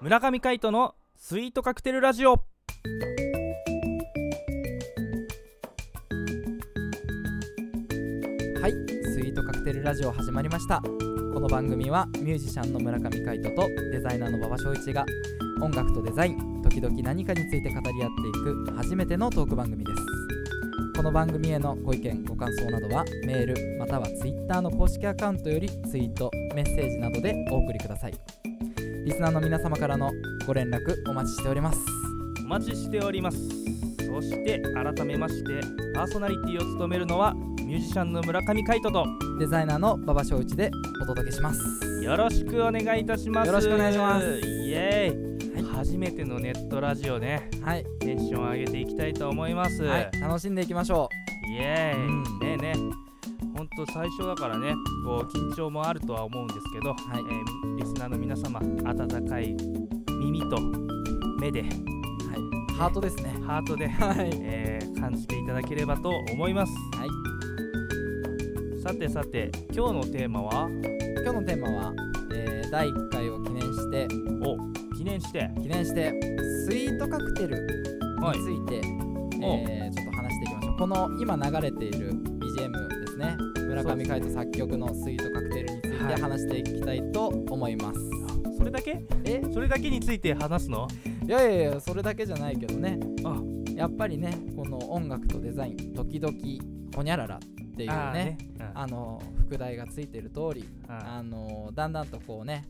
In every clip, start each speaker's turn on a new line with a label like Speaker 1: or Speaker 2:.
Speaker 1: 村上海人のスイートカクテルラジオ
Speaker 2: はい、スイートカクテルラジオ始まりました。この番組はミュージシャンの村上海人とデザイナーの馬場翔一が音楽とデザイン、時々何かについて語り合っていく初めてのトーク番組です。この番組へのご意見、ご感想などはメールまたはツイッターの公式アカウントよりツイート、メッセージなどでお送りください。リスナーの皆様からのご連絡お待ちしております。
Speaker 1: お待ちしておりますそして改めましてパーソナリティを務めるのはミュージシャンの村上海人と
Speaker 2: デザイナーの馬場翔一でお届けします。
Speaker 1: よろしくお願いいたします
Speaker 2: よろしくお願いします
Speaker 1: イエーイ、
Speaker 2: はい
Speaker 1: 初めてのネットラジオね
Speaker 2: はい、
Speaker 1: テンション上げていきたいと思います、
Speaker 2: はい、楽しんでいきましょ
Speaker 1: イエーイ、
Speaker 2: うん
Speaker 1: ねえねえほんと最初だからねこう緊張もあるとは思うんですけど、
Speaker 2: はい
Speaker 1: えーリスナーの皆様温かい耳と目で
Speaker 2: う。はい、ハートですね。
Speaker 1: ハートで、
Speaker 2: はい。
Speaker 1: えー感じていただければと思います
Speaker 2: はい、
Speaker 1: さてさて今日のテーマは
Speaker 2: 今日のテーマは、えー第1回を記念して
Speaker 1: を記念して
Speaker 2: 記念してスイートカクテル
Speaker 1: はい
Speaker 2: について、
Speaker 1: おう
Speaker 2: えーちょっと話していきましょうこの今流れている BGM ですね村
Speaker 1: そうで
Speaker 2: 上
Speaker 1: すね
Speaker 2: 海人作曲のスイートカクテルについ
Speaker 1: はい
Speaker 2: て話していきたいと思います、
Speaker 1: それだけ
Speaker 2: え
Speaker 1: それだけについて話すの
Speaker 2: いやいやいやそれだけじゃないけどね
Speaker 1: あ
Speaker 2: やっぱりねこの音楽とデザイン時々ホニャララっていう
Speaker 1: あー
Speaker 2: ね
Speaker 1: うん
Speaker 2: あの副題がついてる通り
Speaker 1: あ
Speaker 2: あのーだんだんとこうね、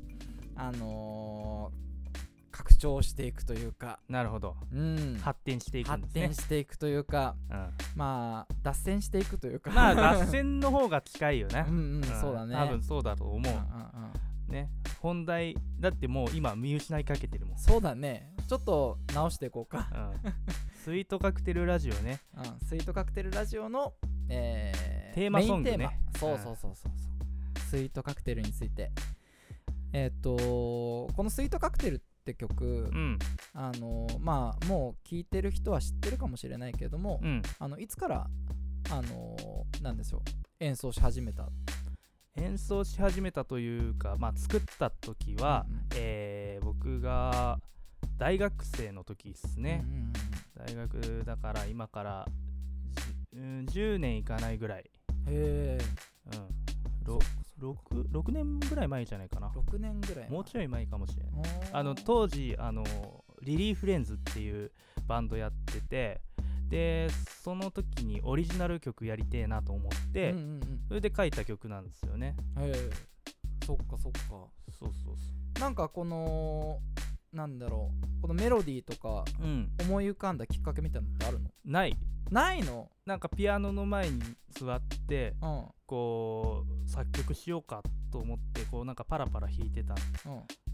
Speaker 2: あのー拡張していくというか、
Speaker 1: なるほど
Speaker 2: うん、
Speaker 1: 発展していくんで
Speaker 2: 発
Speaker 1: すね
Speaker 2: 展していくというか、
Speaker 1: うん
Speaker 2: まあ、脱線していくというか、
Speaker 1: まあ脱線の方が近いよね
Speaker 2: うんうん、そうだね。
Speaker 1: 多分そうだと思
Speaker 2: うんう
Speaker 1: うん
Speaker 2: うん
Speaker 1: ね本題だってもう今見失いかけてるもん、
Speaker 2: そうだね。ちょっと直していこうか。
Speaker 1: うん、スイートカクテルラジオね
Speaker 2: うん、スイートカクテルラジオの、えー
Speaker 1: テーマソングね
Speaker 2: メイテーマ
Speaker 1: うん
Speaker 2: そうそうそうそうそう。スイートカクテルについて。えっ、とこのスイートカクテルって曲、
Speaker 1: うん
Speaker 2: あのーまあもう聞いてる人は知ってるかもしれないけども、
Speaker 1: うん
Speaker 2: あのいつからあのーなんでしょう演奏し始めた
Speaker 1: 演奏し始めたというかまあ作った時は、
Speaker 2: うんうん
Speaker 1: えー僕が大学生の時ですね、
Speaker 2: うんうんうん
Speaker 1: 大学だから今からじうん10年いかないぐらい、
Speaker 2: へえ
Speaker 1: うん、6, 6年ぐらい前じゃないかな
Speaker 2: 6年ぐらい前
Speaker 1: もうちょい前かもしれない
Speaker 2: おー
Speaker 1: あの当時あのリリー・フレンズっていうバンドやっててでその時にオリジナル曲やりてえなと思って、
Speaker 2: うんうんうん
Speaker 1: それで書いた曲なんですよね
Speaker 2: へえそっかそっか
Speaker 1: そうそうそ
Speaker 2: なんかこのなんだろうこのメロディーとか
Speaker 1: ううん
Speaker 2: 思い浮かんだきっかけみたいなのってあるの
Speaker 1: ない
Speaker 2: ないの
Speaker 1: なんかピアノの前に座って
Speaker 2: うん
Speaker 1: こう作曲しようかと思ってこうなんかパラパラ弾いてた
Speaker 2: うん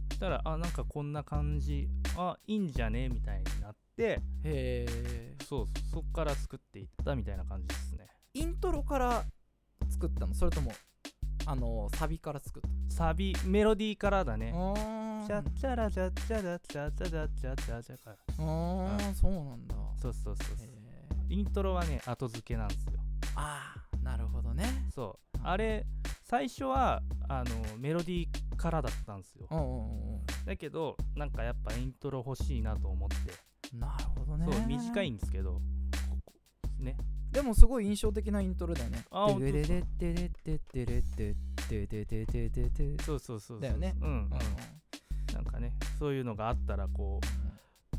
Speaker 1: そしたらあなんかこんな感じあいいんじゃねみたいになって
Speaker 2: へえ
Speaker 1: そうそっから作っていったみたいな感じですね
Speaker 2: イントロから作ったのそれともあのサビから作った
Speaker 1: サビメロディーからだね
Speaker 2: のあ
Speaker 1: チャッチャラチャッチャラチャチャラチャチャチャから
Speaker 2: あーそうなんだ
Speaker 1: そうそうそう
Speaker 2: へ
Speaker 1: そう
Speaker 2: え
Speaker 1: イントロはね後付けなんですよ
Speaker 2: ああなるほどね
Speaker 1: そうあれ最初はあのメロディーからだったんですよ
Speaker 2: うんうんうん
Speaker 1: だけどなんかやっぱイントロ欲しいなと思って
Speaker 2: うんなるほどね
Speaker 1: そう短いんですけどここね
Speaker 2: でもすごい印象的なイントロだよね
Speaker 1: あ本当
Speaker 2: で
Speaker 1: で
Speaker 2: です
Speaker 1: か
Speaker 2: でででででででででででで
Speaker 1: そうそうそうそう
Speaker 2: だよね
Speaker 1: うん
Speaker 2: うん
Speaker 1: なんかねそういうのがあったらこ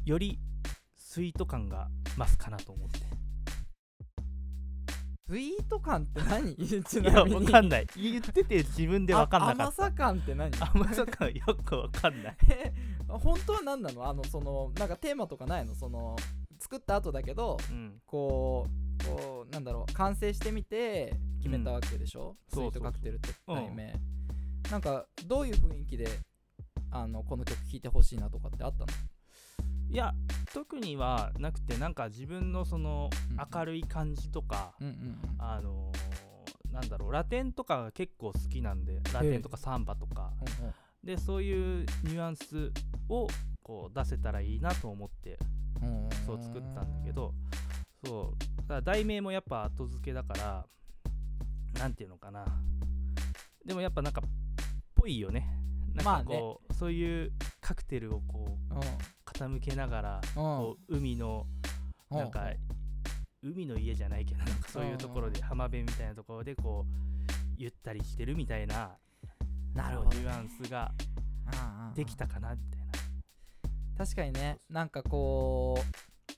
Speaker 1: うよりスイート感が増すかなと思って
Speaker 2: スイート感って何ち
Speaker 1: い
Speaker 2: な
Speaker 1: や
Speaker 2: み
Speaker 1: わ
Speaker 2: に
Speaker 1: かんない言ってて自分でわかんなか
Speaker 2: あ
Speaker 1: っ
Speaker 2: 甘さ感って何
Speaker 1: た甘さ感よくわかんない
Speaker 2: 本当は何なのあのそのなんかテーマとかないのその作った後だけど
Speaker 1: うん
Speaker 2: こうこうなんだろう完成してみて決めたわけでしょ、
Speaker 1: うん
Speaker 2: スイー
Speaker 1: そうそうそ
Speaker 2: ト
Speaker 1: う
Speaker 2: カクテルって題名、なんかどういう雰囲気であのこの曲聴いてほしいなとかってあったの
Speaker 1: いや特にはなくてなんか自分のその
Speaker 2: うん
Speaker 1: 明るい感じとか、
Speaker 2: うんうんうん
Speaker 1: あのーなんだろうラテンとかが結構好きなんでラテンとかサンバとか
Speaker 2: うんうん
Speaker 1: でそういうニュアンスをこう出せたらいいなと思ってそう作ったんだけどそうだから題名もやっぱ後付けだからなんていうのかなでもやっぱなんかっぽいよねなん
Speaker 2: まあ
Speaker 1: か
Speaker 2: ね
Speaker 1: こう、そういうカクテルをこう傾けながら
Speaker 2: うん
Speaker 1: こう海の
Speaker 2: うん
Speaker 1: なんか海の家じゃないけどなんかそういうところで浜辺みたいなところでこうゆったりしてるみたいな
Speaker 2: なる
Speaker 1: こ
Speaker 2: ほ
Speaker 1: う
Speaker 2: ど
Speaker 1: ニュアンスが
Speaker 2: うんうんうん
Speaker 1: できたかなみたいな
Speaker 2: 確かにねなんかこう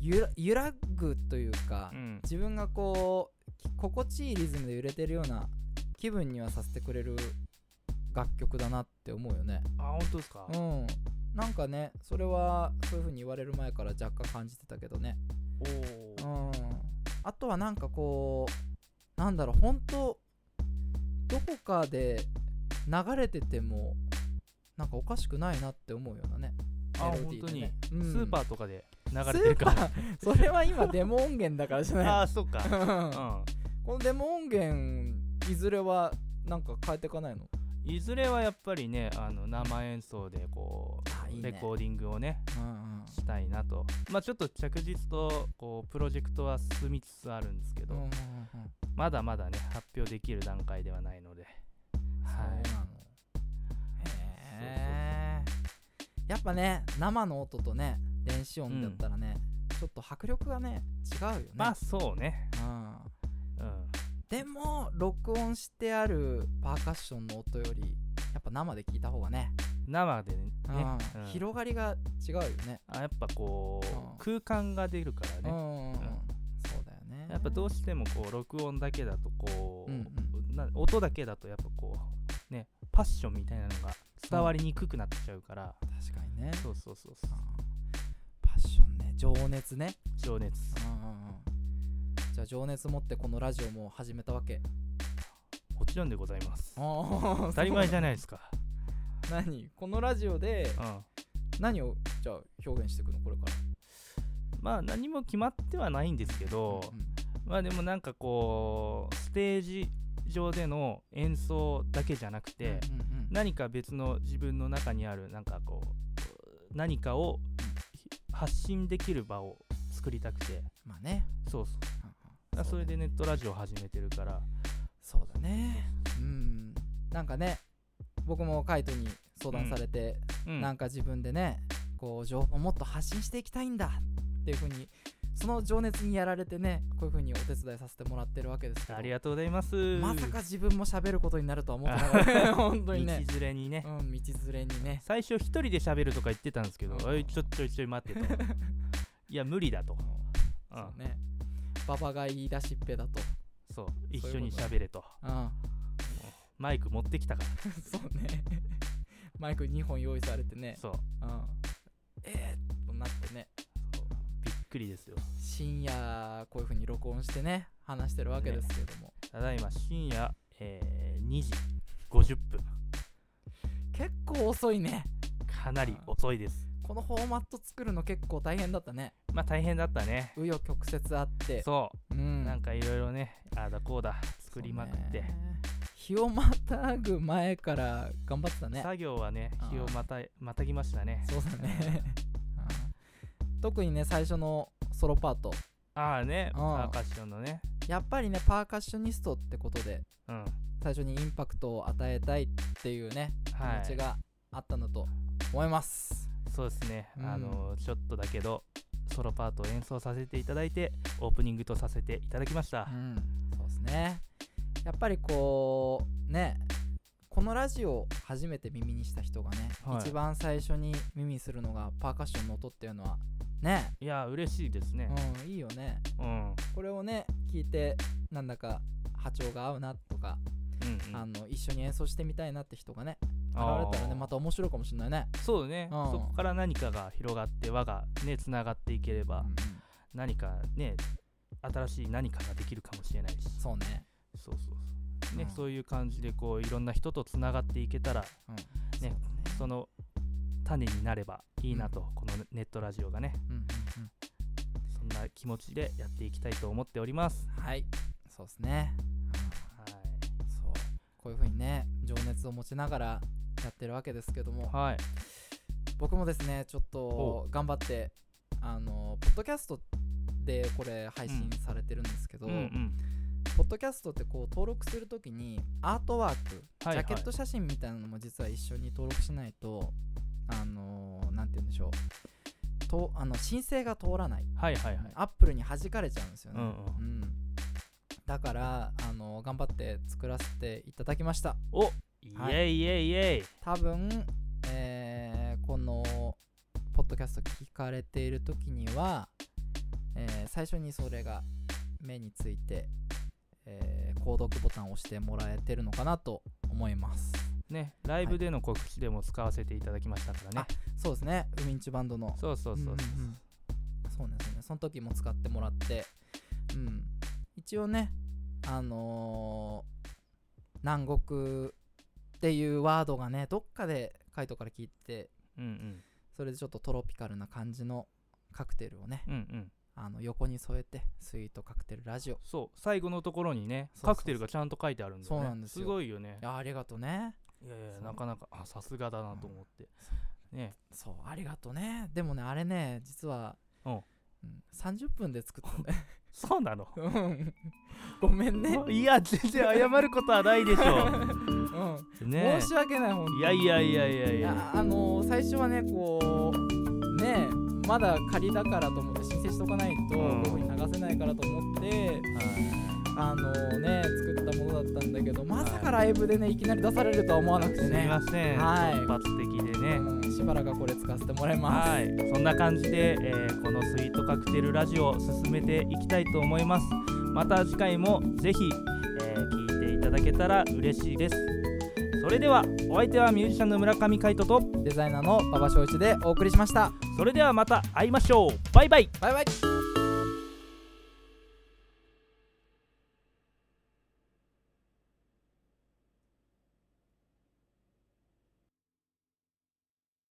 Speaker 2: ゆら揺らぐというか、
Speaker 1: うん
Speaker 2: 自分がこうき心地いいリズムで揺れてるような気分にはさせてくれる楽曲だなって思うよね
Speaker 1: あ本当ですか、
Speaker 2: うんなんかねそれはそういう風に言われる前から若干感じてたけどね
Speaker 1: お
Speaker 2: う
Speaker 1: ー
Speaker 2: んあとはなんかこうなんだろう本当どこかで流れててもなんかおかしくないなって思うようなね
Speaker 1: あ
Speaker 2: メロディーでね
Speaker 1: スーパ
Speaker 2: ー
Speaker 1: ーとかで流れてるかも
Speaker 2: スー それは今デモ音源だからじゃな い
Speaker 1: ああーそっか
Speaker 2: うん
Speaker 1: うん
Speaker 2: このデモ音源いずれはなんか変えていかないの
Speaker 1: いずれはやっぱりねあの生演奏でこ
Speaker 2: あ
Speaker 1: うレコーディングをね
Speaker 2: うんうん
Speaker 1: したいなとまあちょっと着実とこうプロジェクトは進みつつあるんですけど、
Speaker 2: うんうんうん
Speaker 1: まだまだね発表できる段階ではないのではい
Speaker 2: そうなのへえやっぱね生の音とね電子音だったらね、ちょっと迫力がね違うよね、
Speaker 1: まあそうね
Speaker 2: うん、
Speaker 1: うん
Speaker 2: でも録音してあるパーカッションの音よりやっぱ生で聞いた方がね
Speaker 1: 生でね
Speaker 2: うん、
Speaker 1: うん
Speaker 2: 広がりが違うよね
Speaker 1: あやっぱこ
Speaker 2: うん
Speaker 1: う空間が出るから
Speaker 2: うん
Speaker 1: ね
Speaker 2: うんうんそうだよね
Speaker 1: やっぱどうしてもこう録音だけだとこ
Speaker 2: うん
Speaker 1: うな音だけだとやっぱこうねパッションみたいなのが伝わりにくくなっちゃうから
Speaker 2: 確かにね
Speaker 1: そうそうそうそう
Speaker 2: パッションね情熱ね
Speaker 1: 情熱
Speaker 2: じゃあ情熱持ってこのラジオも始めたわけ
Speaker 1: もちろんでございます
Speaker 2: 当
Speaker 1: 当たり前じ
Speaker 2: ゃ
Speaker 1: ゃないですか
Speaker 2: 何このラジオで
Speaker 1: うん
Speaker 2: 何をじゃあ表現していくのこれから
Speaker 1: まあ何も決まってはないんですけど
Speaker 2: うんうん
Speaker 1: まあでもなんかこうステージ上での演奏だけじゃなくて、
Speaker 2: うんうんうん
Speaker 1: 何か別の自分の中にあるなんかこう何かを発信できる場を作りたくて
Speaker 2: まあね
Speaker 1: そうそう
Speaker 2: うんうん
Speaker 1: あそれ
Speaker 2: うだ
Speaker 1: でネットラジオ始めてるから
Speaker 2: そうだねうんなんかね僕もカイトに相談されて、
Speaker 1: うん
Speaker 2: なんか自分でねこう情報をもっと発信していきたいんだっていうふうにその情熱にやられてねこういうふうにお手伝いさせてもらってるわけですけど
Speaker 1: ありがとうございます
Speaker 2: まさか自分も喋ることになるとは思ってなかった。本当にね。
Speaker 1: 道連れにね、
Speaker 2: うん、道連れにね。
Speaker 1: 最初一人で喋るとか言ってたんですけど
Speaker 2: う
Speaker 1: 「
Speaker 2: ん
Speaker 1: おいちょちょいちょい待って」 と「いや無理だ」と「う
Speaker 2: そうんね。ババが言い出しっぺだと。
Speaker 1: そう
Speaker 2: いう
Speaker 1: 一
Speaker 2: こと
Speaker 1: 緒に喋れ」と
Speaker 2: うん。
Speaker 1: 「マイク持ってきたから」
Speaker 2: そうね。 マイク2本用意されてね。
Speaker 1: そう
Speaker 2: うん。えーっとなってね。
Speaker 1: そうびっくりですよ
Speaker 2: 深夜、こういう風に録音してね、話してるわけですけども。
Speaker 1: ただいま深夜、えー2時50分
Speaker 2: 結構遅いね。
Speaker 1: かなり遅いです
Speaker 2: このフォーマット作るの結構大変だったね。
Speaker 1: まあ大変だったね
Speaker 2: 紆余曲折あって。
Speaker 1: そうう、
Speaker 2: ん。
Speaker 1: なんかいろいろねああだこうだ作りまくって、
Speaker 2: そうね日をまたぐ前から頑張ってたね
Speaker 1: 作業はね
Speaker 2: あー
Speaker 1: 日をまたまたぎましたね
Speaker 2: そうだねうん特にね最初のソロパート
Speaker 1: ああね
Speaker 2: あ
Speaker 1: パ
Speaker 2: ー
Speaker 1: ーカッションのね
Speaker 2: やっぱりねパーカッショニストってことで
Speaker 1: うん
Speaker 2: 最初にインパクトを与えたいっていうね気
Speaker 1: は
Speaker 2: 持ち
Speaker 1: い
Speaker 2: があったのと思います、
Speaker 1: そうですね、
Speaker 2: うん
Speaker 1: あのちょっとだけどソロパートを演奏させていただいてオープニングとさせていただきました、
Speaker 2: うんそうですねやっぱりこうねこのラジオを初めて耳にした人がね、
Speaker 1: はい
Speaker 2: 一番最初に耳にするのがパーカッションの音っていうのはね、
Speaker 1: いや嬉しいですね
Speaker 2: うん、いいよね
Speaker 1: うん、うん
Speaker 2: これをね聞いてなんだか波長が合うなとか、
Speaker 1: うん
Speaker 2: あの一緒に演奏してみたいなって人がね現
Speaker 1: あー
Speaker 2: れたらねまた面白いかもしれないね、
Speaker 1: そうね、
Speaker 2: うん
Speaker 1: そこから何かが広がって輪がねつながっていければ、
Speaker 2: うん
Speaker 1: 何かね新しい何かができるかもしれないし
Speaker 2: そうね、
Speaker 1: そうそうそうね、
Speaker 2: うん
Speaker 1: そういう感じでこういろんな人とつながっていけたら
Speaker 2: うん
Speaker 1: ねその種になればいいなと、このネットラジオがね
Speaker 2: うんうん
Speaker 1: そんな気持ちでやっていきたいと思っております
Speaker 2: うんはいそうですね、
Speaker 1: は
Speaker 2: うんそうこういう風にね情熱を持ちながらやってるわけですけども
Speaker 1: い、はい、
Speaker 2: 僕もですねちょっと
Speaker 1: お
Speaker 2: 頑張ってあのポッドキャストでこれ配信されてるんですけど、
Speaker 1: うんうん
Speaker 2: ポッドキャストってこう登録するときにアートワーク
Speaker 1: はいは
Speaker 2: ジ
Speaker 1: い
Speaker 2: ャケット写真みたいなのも実は一緒に登録しないとあのーなんて言うんでしょうとあの申請が通らない
Speaker 1: はいはいはい
Speaker 2: アップルに弾かれちゃうんですよ
Speaker 1: う
Speaker 2: ね、
Speaker 1: んうん
Speaker 2: うんだからあの頑張って作らせていただきました
Speaker 1: おイ
Speaker 2: はい
Speaker 1: エイイエイイエイ
Speaker 2: 多分、えーこのポッドキャスト聞かれている時には、えー最初にそれが目について、えー購読ボタンを押してもらえてるのかなと思います
Speaker 1: ねライブでの告知でも使わせていただきましたからね、
Speaker 2: あそうですねウミンチュバンドの
Speaker 1: そうそうそうそう、
Speaker 2: んんんそうなんですよねその時も使ってもらってうん一応ねあのー南国っていうワードがねどっかでカイトから聞いて
Speaker 1: うんうん
Speaker 2: それでちょっとトロピカルな感じのカクテルをね
Speaker 1: うんうん
Speaker 2: あの横に添えてスイートカクテルラジオい
Speaker 1: そう最後のところにね
Speaker 2: そうそうそう
Speaker 1: カクテルがちゃんと書いてあるんだよね
Speaker 2: そうなんですよ
Speaker 1: すごいよね
Speaker 2: やありがとうね
Speaker 1: いやいや
Speaker 2: そう
Speaker 1: なかなかあさすがだなと思って、ね
Speaker 2: そうありがとうねでもねあれね実は、
Speaker 1: うん
Speaker 2: ん30分で作ったね
Speaker 1: そうなの
Speaker 2: うん ごめんね、
Speaker 1: いや全然謝ることはないでしょ
Speaker 2: うん
Speaker 1: う ね
Speaker 2: 申し訳ないほんと
Speaker 1: いやいやいやいやい
Speaker 2: い
Speaker 1: や
Speaker 2: やあのー最初はねこうねえまだ仮だからと思って申請しとかないと、
Speaker 1: うん
Speaker 2: 僕に流せないからと思ってあのーね作ったものだったんだけどまさかライブでねいきなり出されるとは思わなく
Speaker 1: す
Speaker 2: て
Speaker 1: み
Speaker 2: ね
Speaker 1: ません
Speaker 2: はい
Speaker 1: 突発的でね
Speaker 2: うんしばらくはこれ使わせてもらいます
Speaker 1: はいそんな感じで、えーこのスイートカクテルラジオ進めていきたいと思いますまた次回もぜひ、えー聞いていただけたら嬉しいですそれではお相手はミュージシャンの村上海人と
Speaker 2: デザイナーの馬場翔一でお送りしました
Speaker 1: それではまた会いましょうバイバイ
Speaker 2: バイバイ